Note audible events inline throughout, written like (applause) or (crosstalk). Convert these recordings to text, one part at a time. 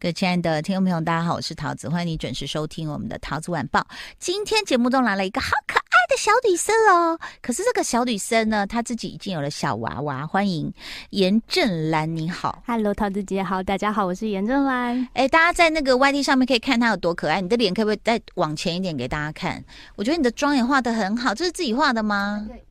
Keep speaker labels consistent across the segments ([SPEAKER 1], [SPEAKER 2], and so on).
[SPEAKER 1] 各位亲爱的听众朋友，大家好，我是桃子，欢迎你准时收听我们的《桃子晚报》。今天节目中来了一个好可爱的小女生哦，可是这个小女生呢，她自己已经有了小娃娃。欢迎严正兰，你好。
[SPEAKER 2] Hello，桃子姐好，大家好，我是严正兰。
[SPEAKER 1] 哎，大家在那个 YT 上面可以看她有多可爱。你的脸可不可以再往前一点给大家看？我觉得你的妆也画的很好，这是自己画的吗？ (laughs)
[SPEAKER 3] 对，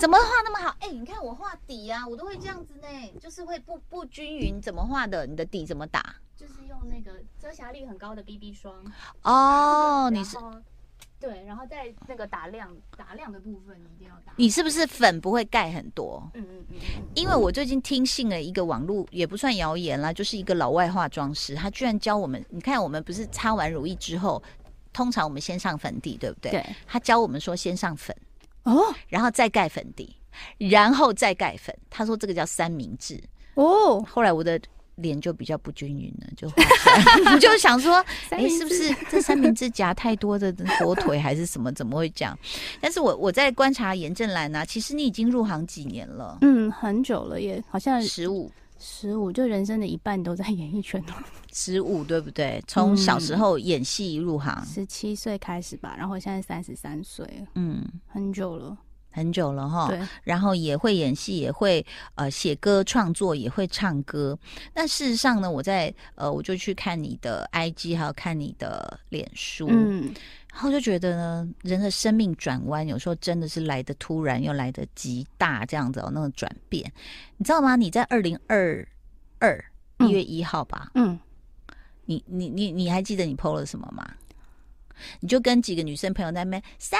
[SPEAKER 1] 怎么画那么好？哎、你看我画底啊，我都会这样子呢，就是会不不均匀，怎么画的？你的底怎么打？
[SPEAKER 3] 就是用那个遮瑕力很高的 BB 霜。 (laughs)
[SPEAKER 1] 哦，你是
[SPEAKER 3] 然后对，然后在那个打亮打亮的部分一定要打。
[SPEAKER 1] 你是不是粉不会盖很多？
[SPEAKER 3] 嗯嗯嗯嗯，
[SPEAKER 1] 因为我最近听信了一个网络，也不算谣言啦，就是一个老外化妆师，他居然教我们，你看我们不是擦完乳液之后，通常我们先上粉底，对不对？
[SPEAKER 2] 对，
[SPEAKER 1] 他教我们说先上粉，
[SPEAKER 2] 哦
[SPEAKER 1] 然后再盖粉底，然后再盖粉。他说这个叫三明治。
[SPEAKER 2] 哦，
[SPEAKER 1] 后来我的脸就比较不均匀了，就 (laughs) 你就想说，
[SPEAKER 2] 三
[SPEAKER 1] 哎、
[SPEAKER 2] 明治
[SPEAKER 1] 是不是这三明治夹太多的火腿还是什么？怎么会这样？但是我我在观察严正兰啊，其实你已经入行几年了，
[SPEAKER 2] 嗯，很久了耶，好像
[SPEAKER 1] 十五
[SPEAKER 2] 十五，就人生的一半都在演艺圈了。 (laughs)
[SPEAKER 1] 十五对不对？从小时候演戏入行，
[SPEAKER 2] 十七岁开始吧，然后现在三十三岁了，
[SPEAKER 1] 嗯，
[SPEAKER 2] 很久了。
[SPEAKER 1] 很久了哈。
[SPEAKER 2] 对，
[SPEAKER 1] 然后也会演戏，也会呃写歌创作，也会唱歌。那事实上呢，我在呃我就去看你的 IG，还有看你的脸书，
[SPEAKER 2] 嗯，
[SPEAKER 1] 然后就觉得呢，人的生命转弯有时候真的是来的突然，又来的极大，这样子哦，那种转变，你知道吗？你在二零二二一
[SPEAKER 2] 嗯
[SPEAKER 1] 月一号吧，
[SPEAKER 2] 嗯，
[SPEAKER 1] 你你你你还记得你 PO 了什么吗？你就跟几个女生朋友在那边三，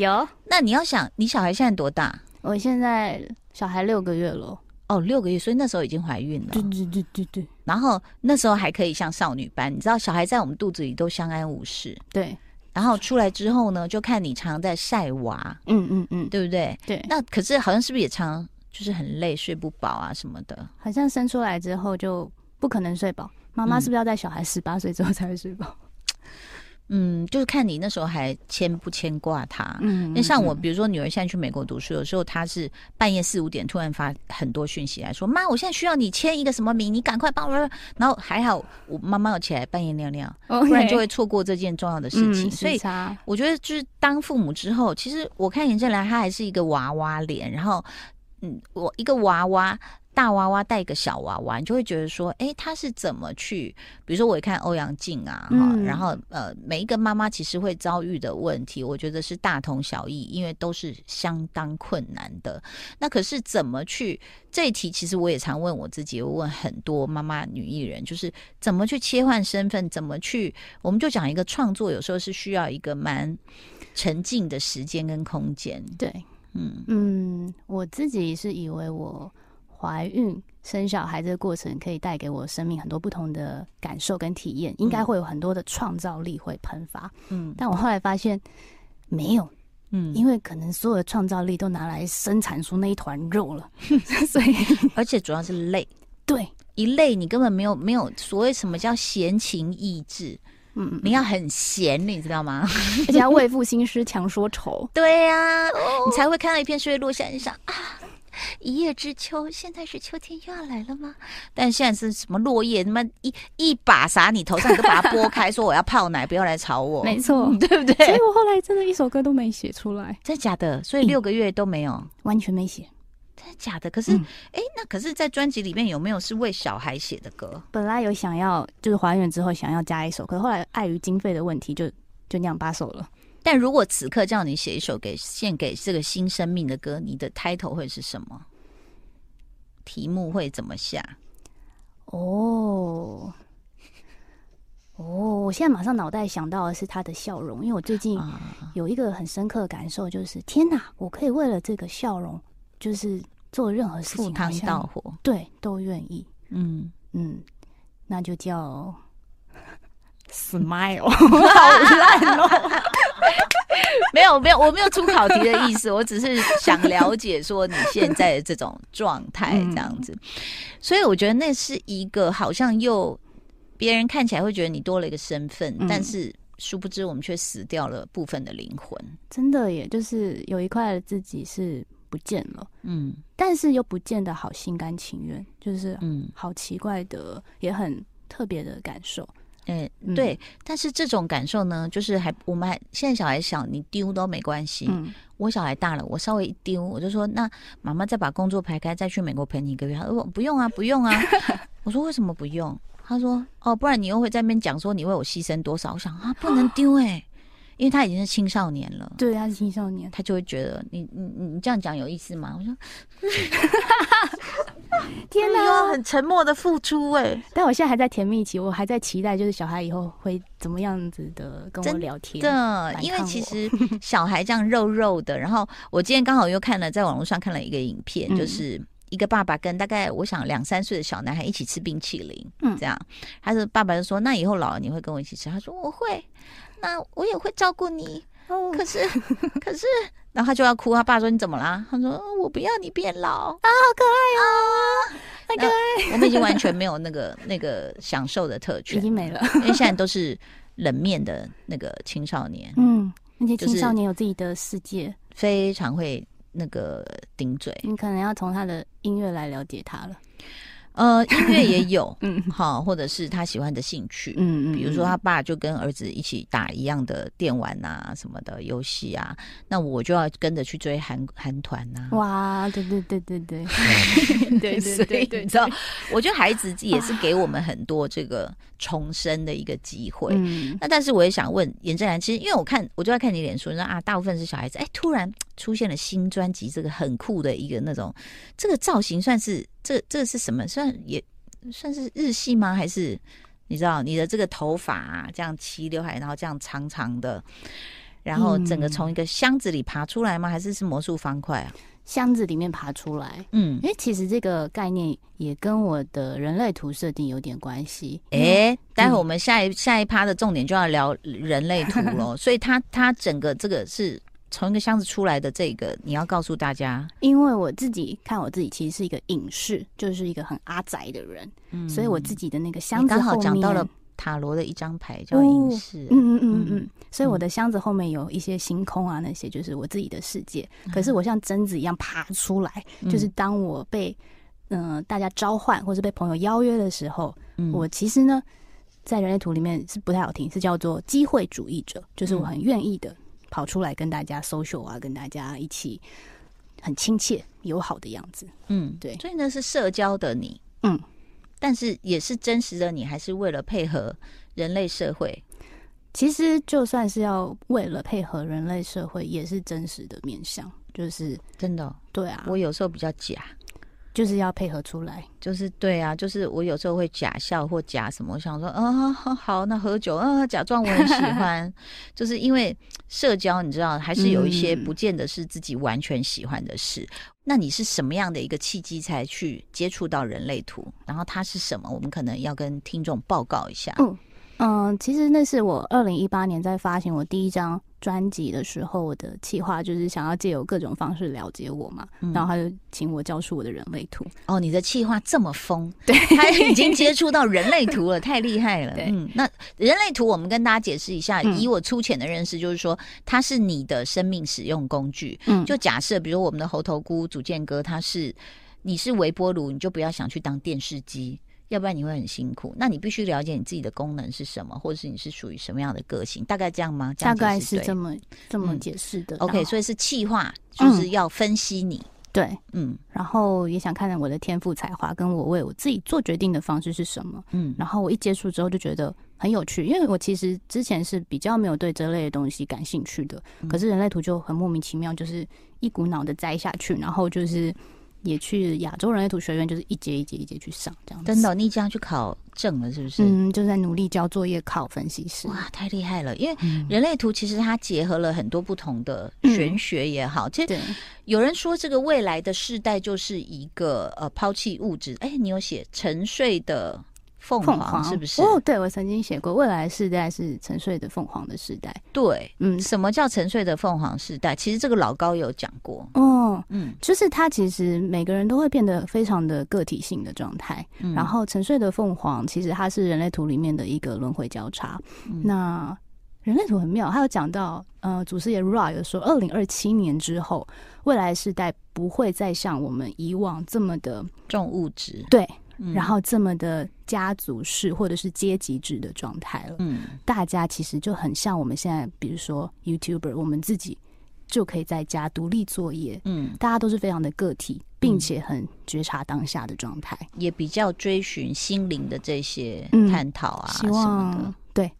[SPEAKER 2] 有。
[SPEAKER 1] 那你要想，你小孩现在多大？
[SPEAKER 2] 我现在小孩六个月了，
[SPEAKER 1] 哦，六个月，所以那时候已经怀孕了。
[SPEAKER 2] 对对对对
[SPEAKER 1] 然后那时候还可以像少女般，你知道，小孩在我们肚子里都相安无事。
[SPEAKER 2] 对，
[SPEAKER 1] 然后出来之后呢，就看你常在晒娃，
[SPEAKER 2] 嗯嗯嗯，
[SPEAKER 1] 对不对？
[SPEAKER 2] 对，
[SPEAKER 1] 那可是好像是不是也常就是很累，睡不饱啊什么的？
[SPEAKER 2] 好像生出来之后就不可能睡饱。妈妈
[SPEAKER 1] 嗯
[SPEAKER 2] 是不是要在小孩十八岁之后才会睡
[SPEAKER 1] (laughs)
[SPEAKER 2] 饱？
[SPEAKER 1] 嗯，就是看你那时候还牵不牵挂他。
[SPEAKER 2] 嗯
[SPEAKER 1] 那像我，比如说女儿现在去美国读书，有时候她是半夜四五点突然发很多讯息来说：“妈，我现在需要你签一个什么名，你赶快帮我。”然后还好我妈妈有起来半夜尿
[SPEAKER 2] (laughs)
[SPEAKER 1] 尿，
[SPEAKER 2] 不
[SPEAKER 1] 不然就会错过这件重要的事情。所以
[SPEAKER 2] 嗯差
[SPEAKER 1] 我觉得就是当父母之后，其实我看严正兰她还是一个娃娃脸，然后嗯，我一个娃娃。大娃娃带一个小娃娃，你就会觉得说，哎、她是怎么去？比如说，我也看欧阳靖啊，哈、
[SPEAKER 2] 嗯
[SPEAKER 1] 然后呃，每一个妈妈其实会遭遇的问题，我觉得是大同小异，因为都是相当困难的。那可是怎么去？这一题其实我也常问我自己，我问很多妈妈女艺人，就是怎么去切换身份，怎么去我们就讲一个创作，有时候是需要一个蛮沉静的时间跟空间。
[SPEAKER 2] 对。
[SPEAKER 1] 嗯
[SPEAKER 2] 嗯，我自己是以为我怀孕生小孩这个过程可以带给我生命很多不同的感受跟体验，应该
[SPEAKER 1] 嗯
[SPEAKER 2] 会有很多的创造力会喷发。
[SPEAKER 1] 嗯
[SPEAKER 2] 但我后来发现没有，
[SPEAKER 1] 嗯，
[SPEAKER 2] 因为可能所有的创造力都拿来生产出那一团肉
[SPEAKER 1] (laughs)
[SPEAKER 2] 了，所以
[SPEAKER 1] 而且主要是累，
[SPEAKER 2] 对，
[SPEAKER 1] 一累你根本没有没有所谓什么叫闲情逸致，
[SPEAKER 2] 嗯，
[SPEAKER 1] 你要很闲，你知道吗？
[SPEAKER 2] 而且要为赋新诗强说愁。
[SPEAKER 1] 对呀、你才会看到一片树叶落下，你想啊。一叶知秋，现在是秋天又要来了吗？但现在是什么落叶？他妈一一把撒你头上，你都把它拨开， (laughs) 说我要泡奶，不要来吵我，，
[SPEAKER 2] 没错
[SPEAKER 1] 对不
[SPEAKER 2] 所以
[SPEAKER 1] 对？
[SPEAKER 2] 我后来真的一首歌都没写出来，
[SPEAKER 1] 真的假的？
[SPEAKER 2] 嗯
[SPEAKER 1] 所以六个月都没有。
[SPEAKER 2] 完全没写。
[SPEAKER 1] 真的假的？可是，哎、
[SPEAKER 2] 嗯
[SPEAKER 1] 那可是，在专辑里面有没有是为小孩写的歌？
[SPEAKER 2] 本来有想要就是怀孕之后想要加一首，可是后来碍于经费的问题就，就那样八首了。
[SPEAKER 1] 但如果此刻叫你写一首给献给这个新生命的歌，你的 title 会是什么？题目会怎么下？
[SPEAKER 2] 哦，哦，我现在马上脑袋想到的是他的笑容，因为我最近
[SPEAKER 1] 啊，
[SPEAKER 2] 有一个很深刻的感受，就是天哪，我可以为了这个笑容，就是做任何事
[SPEAKER 1] 赴
[SPEAKER 2] 情，好
[SPEAKER 1] 汤
[SPEAKER 2] 像
[SPEAKER 1] 蹈火。
[SPEAKER 2] 对都愿意。
[SPEAKER 1] 嗯，
[SPEAKER 2] 嗯，那就叫 smile，好烂哦。
[SPEAKER 1] 没有，没有，我没有出考题的意思，我只是想了解说你现在的这种状态
[SPEAKER 2] 嗯
[SPEAKER 1] 这样子。所以我觉得那是一个好像又别人看起来会觉得你多了一个身份，
[SPEAKER 2] 嗯
[SPEAKER 1] 但是殊不知我们却死掉了部分的灵魂。
[SPEAKER 2] 真的耶，就是有一块的自己是不见了，
[SPEAKER 1] 嗯
[SPEAKER 2] 但是又不见得好心甘情愿，就是
[SPEAKER 1] 嗯，
[SPEAKER 2] 好奇怪的，也很特别的感受。
[SPEAKER 1] 哎、
[SPEAKER 2] 嗯
[SPEAKER 1] 对，但是这种感受呢，就是还我们还现在小孩小，你丢都没关系。
[SPEAKER 2] 嗯，
[SPEAKER 1] 我小孩大了，我稍微一丢，我就说那妈妈再把工作排开，再去美国陪你一个月。他说不用啊，不用啊。我说为什么不用？他说哦，不然你又会在那边讲说你为我牺牲多少。我想啊，不能丢哎、因为他已经是青少年了。
[SPEAKER 2] 对，他是青少年，
[SPEAKER 1] 他就会觉得你你你你这样讲有意思吗？我说
[SPEAKER 2] 天哪！
[SPEAKER 1] 很沉默的付出哎、
[SPEAKER 2] 啊但我现在还在甜蜜期，我还在期待，就是小孩以后会怎么样子的跟我
[SPEAKER 1] 真
[SPEAKER 2] 聊天。
[SPEAKER 1] 的，
[SPEAKER 2] 反
[SPEAKER 1] 因为
[SPEAKER 2] 抗
[SPEAKER 1] 其
[SPEAKER 2] 我 (laughs)
[SPEAKER 1] 实小孩这样肉肉的，然后我今天刚好又看了，在网络上看了一个影片，就
[SPEAKER 2] 嗯
[SPEAKER 1] 是一个爸爸跟大概我想两三岁的小男孩一起吃冰淇淋，
[SPEAKER 2] 嗯
[SPEAKER 1] 这样，他的爸爸就说：“那以后老了你会跟我一起吃？”他说：“我会，那我也会照顾你。”
[SPEAKER 2] 哦
[SPEAKER 1] 可是，可是，然后他就要哭，他爸说：“你怎么啦？”他说：“哦我不要你变老。”
[SPEAKER 2] 啊哦
[SPEAKER 1] 啊
[SPEAKER 2] 那
[SPEAKER 1] 那我们已经完全没有那个那个享受的特权，
[SPEAKER 2] 已经没了，
[SPEAKER 1] 因为现在都是冷面的那个青少年，
[SPEAKER 2] 嗯，那些
[SPEAKER 1] 就
[SPEAKER 2] 青
[SPEAKER 1] 是
[SPEAKER 2] 少年有自己的世界，
[SPEAKER 1] 非常会那个顶嘴。
[SPEAKER 2] 你可能要从他的音乐来了解他了。，
[SPEAKER 1] 呃，音乐也有
[SPEAKER 2] (laughs) 嗯
[SPEAKER 1] 好，或者是他喜欢的兴趣。
[SPEAKER 2] 嗯
[SPEAKER 1] 比如说，他爸就跟儿子一起打一样的电玩啊，什么的游戏啊，那我就要跟着去追韩韩团呐、啊。
[SPEAKER 2] 嗯哇，对对对对对，哦对
[SPEAKER 1] (laughs) 所以你知道，我觉得孩子也
[SPEAKER 2] (laughs)
[SPEAKER 1] 是给我们很多这个重生的一个机会。
[SPEAKER 2] 嗯，
[SPEAKER 1] 那但是我也想问严正然，其实因为我看我就在看你脸书，那啊，大部分是小孩子，哎，突然出现了新专辑，这个很酷的一个那种，这个造型算是这这个是什么？算也算是日系吗？还是你知道你的这个头发、啊、这样齐刘海，然后这样长长的，然后整个
[SPEAKER 2] 嗯
[SPEAKER 1] 从一个箱子里爬出来吗？还是是魔术方块啊？
[SPEAKER 2] 箱子里面爬出来。
[SPEAKER 1] 嗯，
[SPEAKER 2] 因为其实这个概念也跟我的人类图设定有点关系。
[SPEAKER 1] 哎，待会我们下一下一趴的重点就要聊人类图 (laughs) 喽，所以它它整个这个是从一个箱子出来的这个，你要告诉大家，
[SPEAKER 2] 因为我自己看我自己其实是一个隐士，就是一个很阿宅的人，
[SPEAKER 1] 嗯
[SPEAKER 2] 所以我自己的那个箱
[SPEAKER 1] 你
[SPEAKER 2] 子
[SPEAKER 1] 刚
[SPEAKER 2] 后
[SPEAKER 1] 好
[SPEAKER 2] 面，
[SPEAKER 1] 讲到了塔罗的一张牌叫隐士，
[SPEAKER 2] 嗯嗯嗯
[SPEAKER 1] 嗯
[SPEAKER 2] 嗯，所以我的箱子后面有一些星空啊，那些就是我自己的世界。可是我像贞子一样爬出来，
[SPEAKER 1] 嗯
[SPEAKER 2] 就是当我被嗯、呃大家召唤或是被朋友邀约的时候，
[SPEAKER 1] 嗯
[SPEAKER 2] 我其实呢，在人类图里面是不太好听，是叫做机会主义者，就是
[SPEAKER 1] 嗯
[SPEAKER 2] 我很愿意的跑出来跟大家 social 啊，跟大家一起很亲切友好的样子。
[SPEAKER 1] 嗯
[SPEAKER 2] 对
[SPEAKER 1] 所以呢是社交的你，
[SPEAKER 2] 嗯，
[SPEAKER 1] 但是也是真实的你，还是为了配合人类社会，
[SPEAKER 2] 其实就算是要为了配合人类社会，也是真实的面向，就是
[SPEAKER 1] 真的哦、
[SPEAKER 2] 对啊，
[SPEAKER 1] 我有时候比较假。
[SPEAKER 2] 就是要配合出来。
[SPEAKER 1] 就是对啊，就是我有时候会假笑或假什么，我想说啊 (laughs) 好，那喝酒啊，假装我很
[SPEAKER 2] (laughs)
[SPEAKER 1] 喜欢，就是因为社交，你知道还是有一些
[SPEAKER 2] 嗯
[SPEAKER 1] 不见得是自己完全喜欢的事。那你是什么样的一个契机才去接触到人类图？然后它是什么？我们可能要跟听众报告一下。
[SPEAKER 2] 嗯嗯，其实那是我二零一八年在发行我第一张专辑的时候，我的企划就是想要借由各种方式了解我嘛，
[SPEAKER 1] 嗯
[SPEAKER 2] 然后他就请我教出我的人类图。
[SPEAKER 1] 哦，你的气化这么疯，对，他已经接触到人类图了，太厉害了。
[SPEAKER 2] 对
[SPEAKER 1] 嗯，那人类图我们跟大家解释一下，
[SPEAKER 2] 嗯
[SPEAKER 1] 以我粗浅的认识，就是说它是你的生命使用工具。
[SPEAKER 2] 嗯
[SPEAKER 1] 就假设，比如我们的猴头菇主建哥，他是你是微波炉，你就不要想去当电视机，要不然你会很辛苦。那你必须了解你自己的功能是什么，或者是你是属于什么样的个性，大概这样吗？这
[SPEAKER 2] 大
[SPEAKER 1] 样
[SPEAKER 2] 概
[SPEAKER 1] 解释
[SPEAKER 2] 是
[SPEAKER 1] 对
[SPEAKER 2] 这么这么
[SPEAKER 1] 嗯
[SPEAKER 2] 解释的。
[SPEAKER 1] OK，
[SPEAKER 2] 然后
[SPEAKER 1] 所以是气化，
[SPEAKER 2] 嗯
[SPEAKER 1] 就是要分析你。
[SPEAKER 2] 对，
[SPEAKER 1] 嗯
[SPEAKER 2] 然后也想看看我的天赋才华跟我为我自己做决定的方式是什么。
[SPEAKER 1] 嗯
[SPEAKER 2] 然后我一接触之后就觉得很有趣，因为我其实之前是比较没有对这类的东西感兴趣的，
[SPEAKER 1] 嗯
[SPEAKER 2] 可是人类图就很莫名其妙，就是一股脑的栽下去，然后就是也去亚洲人类图学院，就是一节一节一节去上这样子。
[SPEAKER 1] 真的哦、你已经要去考证了，是不是？
[SPEAKER 2] 嗯，就在努力交作业、考分析师。
[SPEAKER 1] 哇，太厉害了！因为
[SPEAKER 2] 嗯
[SPEAKER 1] 人类图其实它结合了很多不同的玄学也好，其实
[SPEAKER 2] 对，
[SPEAKER 1] 有人说这个未来的世代就是一个呃抛弃物质，哎，你有写沉睡的凤凰是不是？
[SPEAKER 2] 哦，对，我曾经写过，未来世代是沉睡的凤凰的时代。
[SPEAKER 1] 对，
[SPEAKER 2] 嗯，
[SPEAKER 1] 什么叫沉睡的凤凰世代？其实这个老高有讲过，
[SPEAKER 2] 哦，
[SPEAKER 1] 嗯
[SPEAKER 2] 就是它其实每个人都会变得非常的个体性的状态。
[SPEAKER 1] 嗯，
[SPEAKER 2] 然后沉睡的凤凰其实它是人类图里面的一个轮回交叉。
[SPEAKER 1] 嗯
[SPEAKER 2] 那人类图很妙，他有讲到，呃，祖师爷 Ra 有说，二零二七年之后，未来世代不会再像我们以往这么的
[SPEAKER 1] 重物质，
[SPEAKER 2] 对，
[SPEAKER 1] 嗯
[SPEAKER 2] 然后这么的家族式或者是阶级制的状态了。
[SPEAKER 1] 嗯
[SPEAKER 2] 大家其实就很像我们现在，比如说 YouTuber，我们自己就可以在家独立作业，
[SPEAKER 1] 嗯，
[SPEAKER 2] 大家都是非常的个体，并且很觉察当下的状态。
[SPEAKER 1] 也比较追寻心灵的这些
[SPEAKER 2] 嗯
[SPEAKER 1] 探讨啊
[SPEAKER 2] 希
[SPEAKER 1] 什么的
[SPEAKER 2] 望，对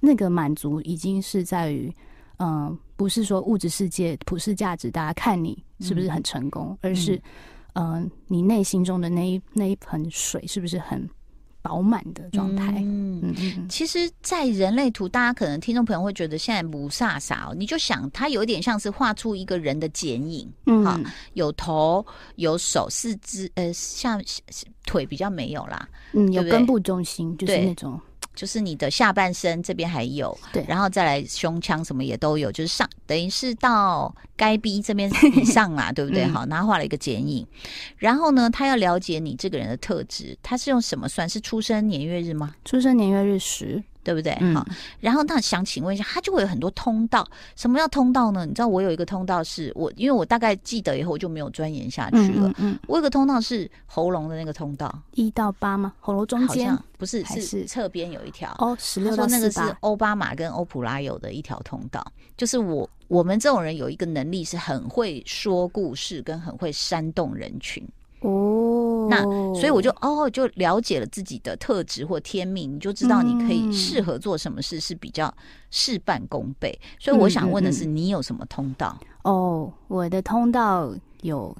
[SPEAKER 2] 那个满足已经是在于，嗯、不是说物质世界普世价值，大家看你是不是很成功，而是，嗯、你内心中的那一那一盆水是不是很饱满的状态？
[SPEAKER 1] 嗯
[SPEAKER 2] 嗯嗯嗯，
[SPEAKER 1] 其实，在人类图，大家可能听众朋友会觉得现在不飒飒哦，你就想它有点像是画出一个人的剪影，
[SPEAKER 2] 嗯
[SPEAKER 1] 好有头、有手、四肢，呃，下腿比较没有啦，
[SPEAKER 2] 嗯，有
[SPEAKER 1] 对不对
[SPEAKER 2] 根部重心，就是
[SPEAKER 1] 对
[SPEAKER 2] 那种
[SPEAKER 1] 就是你的下半身这边还有，
[SPEAKER 2] 对
[SPEAKER 1] 然后再来胸腔什么也都有，就是上等于是到该逼这
[SPEAKER 2] (laughs)
[SPEAKER 1] 边以上啦，对不对？
[SPEAKER 2] 嗯
[SPEAKER 1] 好，那他画了一个剪影，然后呢，他要了解你这个人的特质，他是用什么算是出生年月日吗？
[SPEAKER 2] 出生年月日时，
[SPEAKER 1] 对不对？
[SPEAKER 2] 嗯
[SPEAKER 1] 哎好，然后那想请问一下，它就会有很多通道。什么叫通道呢？你知道我有一个通道是我，因为我大概记得以后我就没有钻研下去
[SPEAKER 2] 嗯
[SPEAKER 1] 了。
[SPEAKER 2] 嗯嗯，
[SPEAKER 1] 我有个通道是喉咙的那个通道，
[SPEAKER 2] 一到八吗？喉咙中
[SPEAKER 1] 好
[SPEAKER 2] 间
[SPEAKER 1] 像不是
[SPEAKER 2] 还
[SPEAKER 1] 是
[SPEAKER 2] 是
[SPEAKER 1] 侧边有一条。
[SPEAKER 2] 哦，十
[SPEAKER 1] 他
[SPEAKER 2] 六
[SPEAKER 1] 说
[SPEAKER 2] 到
[SPEAKER 1] 那
[SPEAKER 2] 四
[SPEAKER 1] 个是
[SPEAKER 2] 八，
[SPEAKER 1] 奥巴马跟欧普拉有的一条通道，就是我我们这种人有一个能力是很会说故事跟很会煽动人群。
[SPEAKER 2] 哦，
[SPEAKER 1] 那所以我就哦，就了解了自己的特质或天命，你就知道你可以
[SPEAKER 2] 嗯
[SPEAKER 1] 适合做什么事是比较事半功倍。所以我想问的是，你有什么通道？
[SPEAKER 2] 嗯哦，我的通道有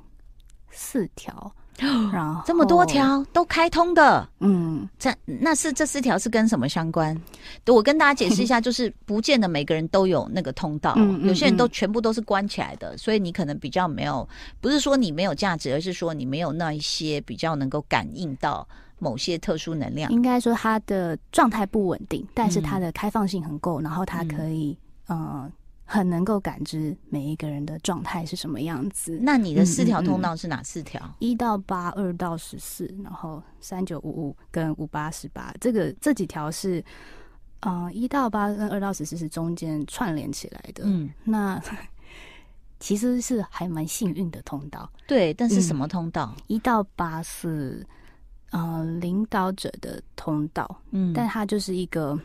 [SPEAKER 2] 四条，然后
[SPEAKER 1] 哦这么多，条都开通的，
[SPEAKER 2] 嗯，
[SPEAKER 1] 这那是这四条是跟什么相关？对我跟大家解释一
[SPEAKER 2] (laughs)
[SPEAKER 1] 下，就是不见得每个人都有那个通道，哦
[SPEAKER 2] 嗯嗯
[SPEAKER 1] 有些人都全部都是关起来的，所以你可能比较没有，不是说你没有价值，而是说你没有那一些比较能够感应到某些特殊能量。
[SPEAKER 2] 应该说它的状态不稳定，但是它的开放性很
[SPEAKER 1] 嗯
[SPEAKER 2] 够，然后它可以，呃，很能够感知每一个人的状态是什么样子。
[SPEAKER 1] 那你的四条
[SPEAKER 2] 嗯嗯嗯
[SPEAKER 1] 通道是哪四条？
[SPEAKER 2] 一到八，二到十四，然后三九五五跟五八十八，这个这几条是，嗯，一到八跟二到十四是中间串联起来的。
[SPEAKER 1] 嗯，
[SPEAKER 2] 那 (laughs) 其实是还蛮幸运的通道。
[SPEAKER 1] 对，但是
[SPEAKER 2] 嗯
[SPEAKER 1] 什么通道？
[SPEAKER 2] 一到八是呃领导者的通道，
[SPEAKER 1] 嗯
[SPEAKER 2] 但它就是一个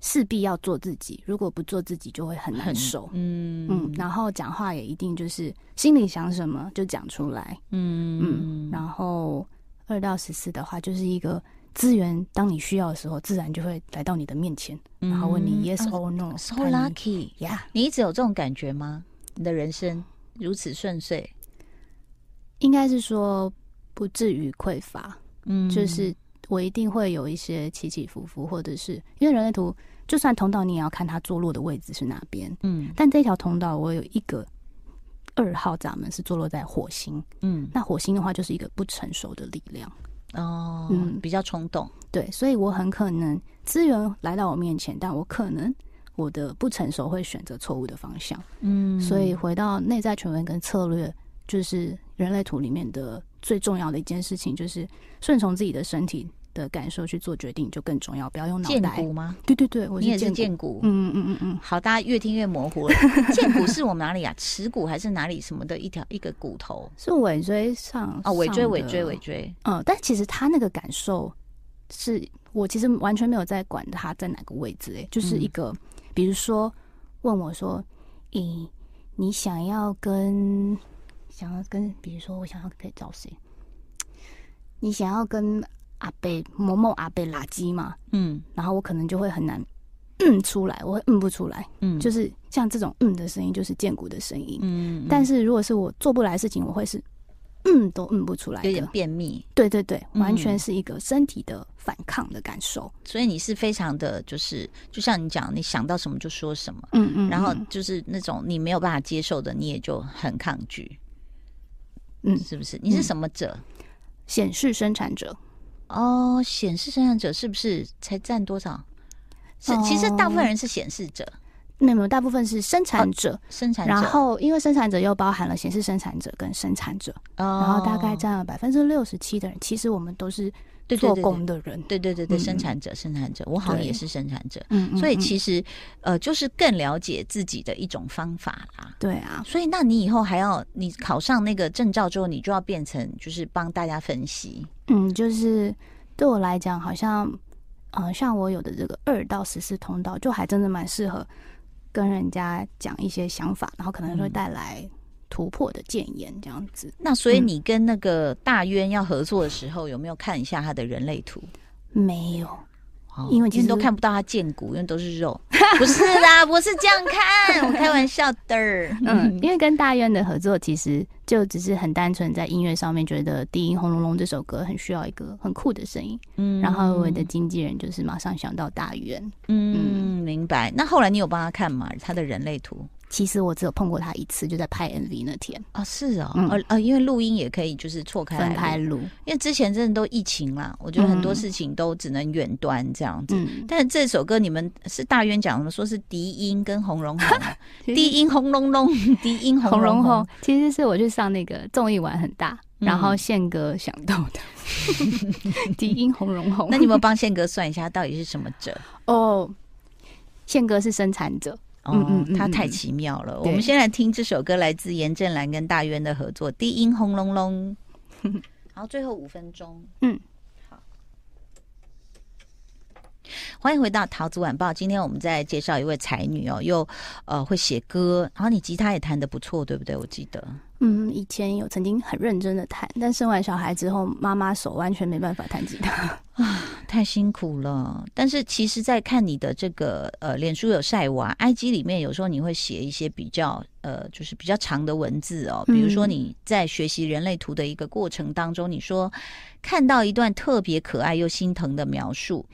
[SPEAKER 2] 势必要做自己，如果不做自己就会很难受。
[SPEAKER 1] 嗯
[SPEAKER 2] 嗯，然后讲话也一定就是心里想什么就讲出来。
[SPEAKER 1] 嗯
[SPEAKER 2] 嗯，然后二到十四的话，就是一个资源，当你需要的时候，自然就会来到你的面前，
[SPEAKER 1] 嗯
[SPEAKER 2] 然后问你 yes
[SPEAKER 1] 啊
[SPEAKER 2] or no、
[SPEAKER 1] so
[SPEAKER 2] 看你
[SPEAKER 1] lucky，
[SPEAKER 2] 呀
[SPEAKER 1] 你一直有这种感觉吗？你的人生如此顺遂，
[SPEAKER 2] 应该是说不至于匮乏。
[SPEAKER 1] 嗯
[SPEAKER 2] 就是我一定会有一些起起伏伏，或者是因为人类图，就算通道你也要看它坐落的位置是哪边。
[SPEAKER 1] 嗯
[SPEAKER 2] 但这条通道我有一个二号闸门是坐落在火星，
[SPEAKER 1] 嗯
[SPEAKER 2] 那火星的话就是一个不成熟的力量，
[SPEAKER 1] 哦，
[SPEAKER 2] 嗯
[SPEAKER 1] 比较冲动，
[SPEAKER 2] 对，所以我很可能资源来到我面前，但我可能。我的不成熟会选择错误的方向，
[SPEAKER 1] 嗯
[SPEAKER 2] 所以回到内在权威跟策略，就是人类图里面的最重要的一件事情，就是顺从自己的身体的感受去做决定，就更重要，不要用脑
[SPEAKER 1] 剑
[SPEAKER 2] 袋。
[SPEAKER 1] 骨吗？
[SPEAKER 2] 对对对，我
[SPEAKER 1] 你也是
[SPEAKER 2] 见
[SPEAKER 1] 剑骨。
[SPEAKER 2] 过。嗯嗯嗯嗯，
[SPEAKER 1] 好，大家越听越模
[SPEAKER 2] (laughs)
[SPEAKER 1] 糊了。剑骨是我们哪里啊？耻骨还是哪里什么的一条一个骨头
[SPEAKER 2] 是尾椎上
[SPEAKER 1] 啊？尾椎，
[SPEAKER 2] 上的
[SPEAKER 1] 尾椎，尾椎。
[SPEAKER 2] 嗯，但其实他那个感受是我其实完全没有在管他在哪个位置、欸，就是一
[SPEAKER 1] 嗯
[SPEAKER 2] 个，比如说问我说，咦、你想要跟想要跟，比如说我想要可以找谁？你想要跟阿贝某某阿贝拉基嘛？
[SPEAKER 1] 嗯
[SPEAKER 2] 然后我可能就会很难嗯出来，我会嗯不出来，
[SPEAKER 1] 嗯
[SPEAKER 2] 就是像这种嗯的声音，就是剑骨的声音。
[SPEAKER 1] 嗯
[SPEAKER 2] 但是如果是我做不来的事情，我会是嗯都嗯不出来
[SPEAKER 1] 有点
[SPEAKER 2] 的。
[SPEAKER 1] 便秘，
[SPEAKER 2] 对对对，
[SPEAKER 1] 嗯
[SPEAKER 2] 完全是一个身体的反抗的感受。
[SPEAKER 1] 所以你是非常的，就是就像你讲，你想到什么就说什么。
[SPEAKER 2] 嗯嗯
[SPEAKER 1] 然后就是那种你没有办法接受的，你也就很抗拒，
[SPEAKER 2] 嗯，
[SPEAKER 1] 是不是？你是
[SPEAKER 2] 嗯
[SPEAKER 1] 什么者？
[SPEAKER 2] 显示生产者
[SPEAKER 1] 哦，显示生产者是不是才占多少？是，其实大部
[SPEAKER 2] 哦
[SPEAKER 1] 分人是显示者、
[SPEAKER 2] 没有没有，大部分是生产者。
[SPEAKER 1] 哦生产者，
[SPEAKER 2] 然后因为生产者又包含了显示生产者跟生产者，
[SPEAKER 1] 哦
[SPEAKER 2] 然后大概占了百分之六十七的人，其实我们都是
[SPEAKER 1] 对对
[SPEAKER 2] 做
[SPEAKER 1] 对
[SPEAKER 2] 工的人，
[SPEAKER 1] 对对对对，
[SPEAKER 2] 嗯
[SPEAKER 1] 生产者，生产者，我好像
[SPEAKER 2] 对
[SPEAKER 1] 也是生产者，
[SPEAKER 2] 嗯，嗯
[SPEAKER 1] 所以
[SPEAKER 2] 嗯
[SPEAKER 1] 其实呃，就是更了解自己的一种方法啦。
[SPEAKER 2] 对啊，
[SPEAKER 1] 所以，那你以后还要你考上那个证照之后，你就要变成就是帮大家分析。
[SPEAKER 2] 嗯，就是对我来讲，好像呃，像我有的这个二到十四通道，就还真的蛮适合跟人家讲一些想法，然后可能会
[SPEAKER 1] 嗯
[SPEAKER 2] 带来突破的建言这样子。
[SPEAKER 1] 那所以
[SPEAKER 2] 嗯
[SPEAKER 1] 你跟那个大渊要合作的时候，有没有看一下他的人类图？
[SPEAKER 2] 没有，
[SPEAKER 1] 哦
[SPEAKER 2] 因为其
[SPEAKER 1] 你
[SPEAKER 2] 实
[SPEAKER 1] 都看不到他剑骨，因为都是
[SPEAKER 2] (laughs)
[SPEAKER 1] 肉。不是啦，不是这样看，我开玩笑的儿。
[SPEAKER 2] 嗯，因为跟大院的合作，其实就只是很单纯在音乐上面觉得《低音轰隆隆》这首歌很需要一个很酷的声音，
[SPEAKER 1] 嗯
[SPEAKER 2] 然后我的经纪人就是马上想到大院。
[SPEAKER 1] 嗯，明白。那后来你有帮他看吗？他的人类图？
[SPEAKER 2] 其实我只有碰过他一次，就在拍 MV 那天
[SPEAKER 1] 哦，是哦，
[SPEAKER 2] 嗯
[SPEAKER 1] 呃呃，因为录音也可以就是错开来
[SPEAKER 2] 分
[SPEAKER 1] 录
[SPEAKER 2] 开录。
[SPEAKER 1] 因为之前真的都疫情啦，我觉得很多
[SPEAKER 2] 嗯
[SPEAKER 1] 事情都只能远端这样子。
[SPEAKER 2] 嗯，
[SPEAKER 1] 但是这首歌你们是大渊讲，我们说是低音跟红龙红，
[SPEAKER 2] (laughs) 第
[SPEAKER 1] 低啊音轰隆 (laughs) 隆，低音
[SPEAKER 2] 红
[SPEAKER 1] 红
[SPEAKER 2] 龙
[SPEAKER 1] 隆
[SPEAKER 2] 红
[SPEAKER 1] 红。
[SPEAKER 2] 其实是我去上那个综艺玩很大，
[SPEAKER 1] 嗯
[SPEAKER 2] 然后宪哥想到
[SPEAKER 1] (laughs)
[SPEAKER 2] 的。低音红龙红，
[SPEAKER 1] 那你们帮宪哥算一下，到底是什么者？
[SPEAKER 2] 哦，宪哥是生产者，嗯
[SPEAKER 1] 哦
[SPEAKER 2] 嗯嗯
[SPEAKER 1] 他太
[SPEAKER 2] 嗯
[SPEAKER 1] 奇妙了。我
[SPEAKER 2] 对
[SPEAKER 1] 们先来听这首歌，来自严正兰跟大渊的合作，《低音轰隆
[SPEAKER 2] (laughs)
[SPEAKER 1] 隆》。好，最后五分钟。
[SPEAKER 2] 嗯，
[SPEAKER 1] 好。欢迎回到《桃子晚报》，今天我们在介绍一位才女哦，又呃会写歌，然后你吉他也弹得不错，对不对？我记得。
[SPEAKER 2] 嗯，以前有曾经很认真的弹，但生完小孩之后，妈妈手完全没办法弹吉他。
[SPEAKER 1] 太辛苦了，但是其实，在看你的这个呃，脸书有晒娃，IG 里面有时候你会写一些比较呃，就是比较长的文字哦，
[SPEAKER 2] 嗯
[SPEAKER 1] 比如说你在学习人类图的一个过程当中，你说看到一段特别可爱又心疼的描述。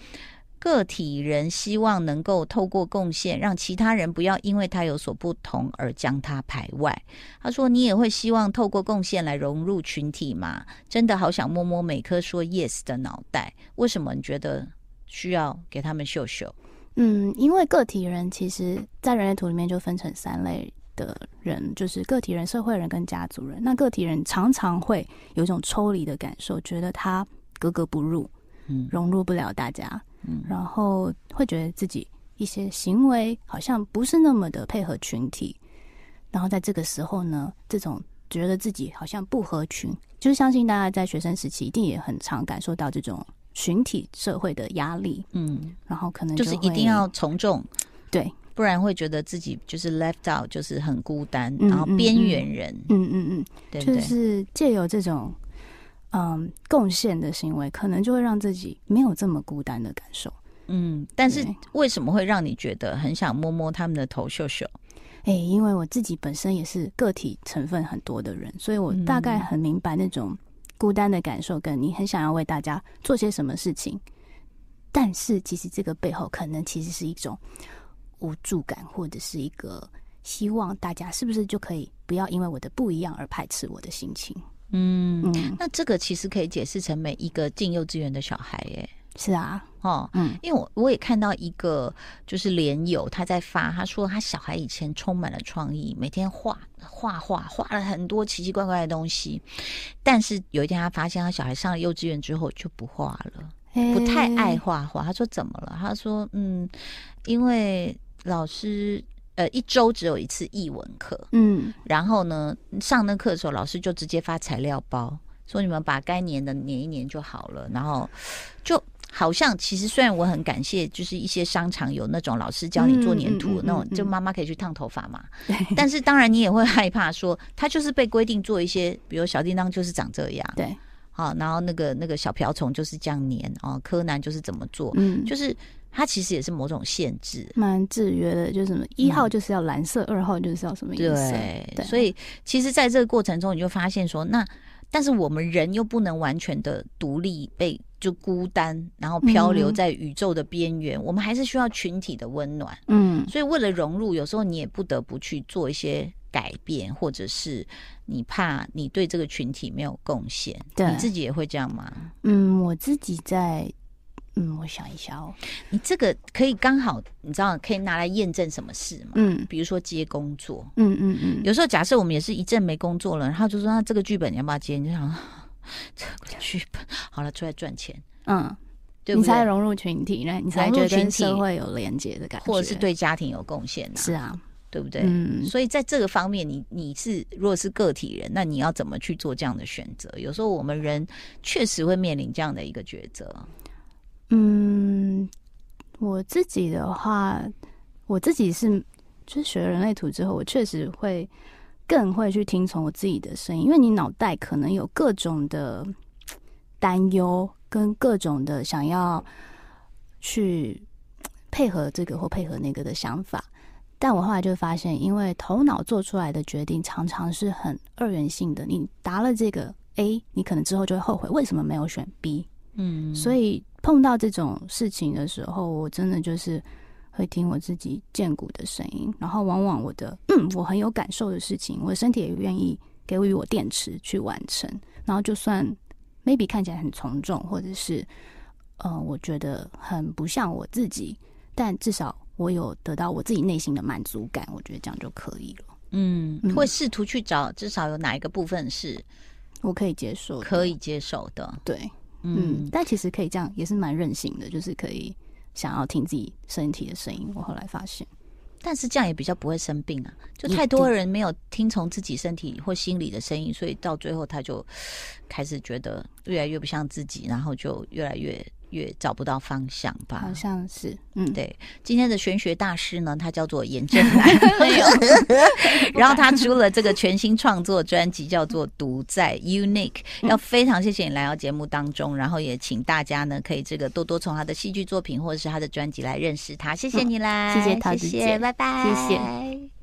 [SPEAKER 1] 个体人希望能够透过贡献，让其他人不要因为他有所不同而将他排外。他说：“你也会希望透过贡献来融入群体吗？真的好想摸摸每颗说 yes 的脑袋。为什么你觉得需要给他们秀秀？
[SPEAKER 2] 嗯，因为个体人其实，在人类图里面就分成三类的人，就是个体人、社会人跟家族人。那个体人常常会有一种抽离的感受，觉得他格格不入，
[SPEAKER 1] 嗯
[SPEAKER 2] 融入不了大家，
[SPEAKER 1] 嗯
[SPEAKER 2] 然后会觉得自己一些行为好像不是那么的配合群体，然后在这个时候呢，这种觉得自己好像不合群，就是相信大家在学生时期一定也很常感受到这种群体社会的压力，
[SPEAKER 1] 嗯，
[SPEAKER 2] 然后可能
[SPEAKER 1] 就是一
[SPEAKER 2] 会
[SPEAKER 1] 定要从众，
[SPEAKER 2] 对，
[SPEAKER 1] 不然会觉得自己就是 left out，就是很孤单，
[SPEAKER 2] 嗯
[SPEAKER 1] 然后边缘人，
[SPEAKER 2] 嗯嗯嗯，
[SPEAKER 1] 对不
[SPEAKER 2] 就
[SPEAKER 1] 对？
[SPEAKER 2] 是借由这种嗯贡献的行为，可能就会让自己没有这么孤单的感受。
[SPEAKER 1] 嗯，但是
[SPEAKER 2] 对
[SPEAKER 1] 为什么会让你觉得很想摸摸他们的头秀秀？
[SPEAKER 2] 哎、因为我自己本身也是个体成分很多的人，所以我大概
[SPEAKER 1] 嗯
[SPEAKER 2] 很明白那种孤单的感受，跟你很想要为大家做些什么事情，但是其实这个背后可能其实是一种无助感，或者是一个希望大家是不是就可以不要因为我的不一样而排斥我的心情。
[SPEAKER 1] 嗯，
[SPEAKER 2] 嗯，
[SPEAKER 1] 那这个其实可以解释成每一个进幼稚园的小孩、耶，
[SPEAKER 2] 是啊，
[SPEAKER 1] 哦，
[SPEAKER 2] 嗯
[SPEAKER 1] 因为我我也看到一个就是连友他在发，他说他小孩以前充满了创意，每天画画画画了很多奇奇怪怪的东西，但是有一天他发现他小孩上了幼稚园之后就不画了，不太爱
[SPEAKER 2] 哎
[SPEAKER 1] 画画。他说怎么了？他说嗯，因为老师呃一周只有一次译文课，
[SPEAKER 2] 嗯。
[SPEAKER 1] 然后呢，上那课的时候，老师就直接发材料包，说你们把该粘的粘一粘就好了。然后就好像其实虽然我很感谢，就是一些商场有那种老师教你做粘土的那种，
[SPEAKER 2] 嗯嗯嗯嗯嗯
[SPEAKER 1] 就妈妈可以去烫头发嘛。
[SPEAKER 2] (laughs) 对
[SPEAKER 1] 但是当然你也会害怕说，他就是被规定做一些，比如小叮当就是长这样，
[SPEAKER 2] 对，
[SPEAKER 1] 好、然后那个那个小瓢虫就是这样粘哦，柯南就是怎么做，
[SPEAKER 2] 嗯，就
[SPEAKER 1] 就是它其实也是某种限制。
[SPEAKER 2] 蛮制约的，就是什么一号就是要蓝色，二号就是要什么颜色，
[SPEAKER 1] 嗯对，
[SPEAKER 2] 对
[SPEAKER 1] 所以其实在这个过程中，你就发现说，那但是我们人又不能完全的独立，被就孤单，然后漂流
[SPEAKER 2] 嗯
[SPEAKER 1] 在宇宙的边缘，我们还是需要群体的温暖。
[SPEAKER 2] 嗯
[SPEAKER 1] 所以为了融入，有时候你也不得不去做一些改变，或者是你怕你对这个群体没有贡献，
[SPEAKER 2] 对
[SPEAKER 1] 你自己也会这样吗？
[SPEAKER 2] 嗯，我自己在，嗯，我想一下哦，
[SPEAKER 1] 你这个可以刚好，你知道可以拿来验证什么事吗？
[SPEAKER 2] 嗯
[SPEAKER 1] 比如说接工作，
[SPEAKER 2] 嗯嗯嗯，
[SPEAKER 1] 有时候假设我们也是一阵没工啊作了，然后就说那这个剧本你要不要接？你就想啊这个剧本好了，出来赚钱，
[SPEAKER 2] 嗯，
[SPEAKER 1] 对不
[SPEAKER 2] 你才
[SPEAKER 1] 对？
[SPEAKER 2] 融入群体，然后你才
[SPEAKER 1] 融入
[SPEAKER 2] 觉得
[SPEAKER 1] 群
[SPEAKER 2] 跟
[SPEAKER 1] 体
[SPEAKER 2] 社会有连接的感觉，
[SPEAKER 1] 或者是对家庭有贡献、啊，
[SPEAKER 2] 是啊，
[SPEAKER 1] 对不对？
[SPEAKER 2] 嗯，
[SPEAKER 1] 所以在这个方面，你你是如果是个体人，那你要怎么去做这样的选择？有时候我们人确实会面临这样的一个抉择。
[SPEAKER 2] 嗯，我自己的话，我自己是就是学了人类图之后，我确实会更会去听从我自己的声音，因为你脑袋可能有各种的担忧，跟各种的想要去配合这个或配合那个的想法。但我后来就发现，因为头脑做出来的决定常常是很二元性的。你答了这个 A，你可能之后就会后悔，为什么没有选 B？
[SPEAKER 1] 嗯
[SPEAKER 2] 所以碰到这种事情的时候，我真的就是会听我自己荐骨的声音，然后往往我的嗯，我很有感受的事情，我的身体也愿意给予我电池去完成，然后就算 maybe 看起来很从众，或者是呃，我觉得很不像我自己，但至少我有得到我自己内心的满足感，我觉得这样就可以了，
[SPEAKER 1] 嗯，
[SPEAKER 2] 嗯
[SPEAKER 1] 会试图去找至少有哪一个部分是
[SPEAKER 2] 我可以接受，
[SPEAKER 1] 可以，接受的。
[SPEAKER 2] 对，嗯
[SPEAKER 1] 嗯，，
[SPEAKER 2] 但其实可以这样，也是蛮任性的，就是可以想要听自己身体的声音。我后来发现，
[SPEAKER 1] 但是这样也比较不会生病啊。就
[SPEAKER 2] 一
[SPEAKER 1] 太多
[SPEAKER 2] 定
[SPEAKER 1] 人没有听从自己身体或心理的声音，所以到最后他就开始觉得越来越不像自己，然后就越来越越找不到方向吧
[SPEAKER 2] 好。像是，嗯，
[SPEAKER 1] 对今天的玄学大师呢，他叫做严正
[SPEAKER 2] (laughs)
[SPEAKER 1] 南， (laughs) 然后他出了这个全新创作专辑，叫做《独在 (laughs) Unique》，要
[SPEAKER 2] 嗯
[SPEAKER 1] 非常谢谢你来到节目当中，然后也请大家呢可以这个多多从他的戏剧作品或者是他的专辑来认识他，谢谢你来，
[SPEAKER 2] 谢谢桃子
[SPEAKER 1] 谢谢
[SPEAKER 2] 姐
[SPEAKER 1] 拜拜，
[SPEAKER 2] 谢谢
[SPEAKER 3] 拜。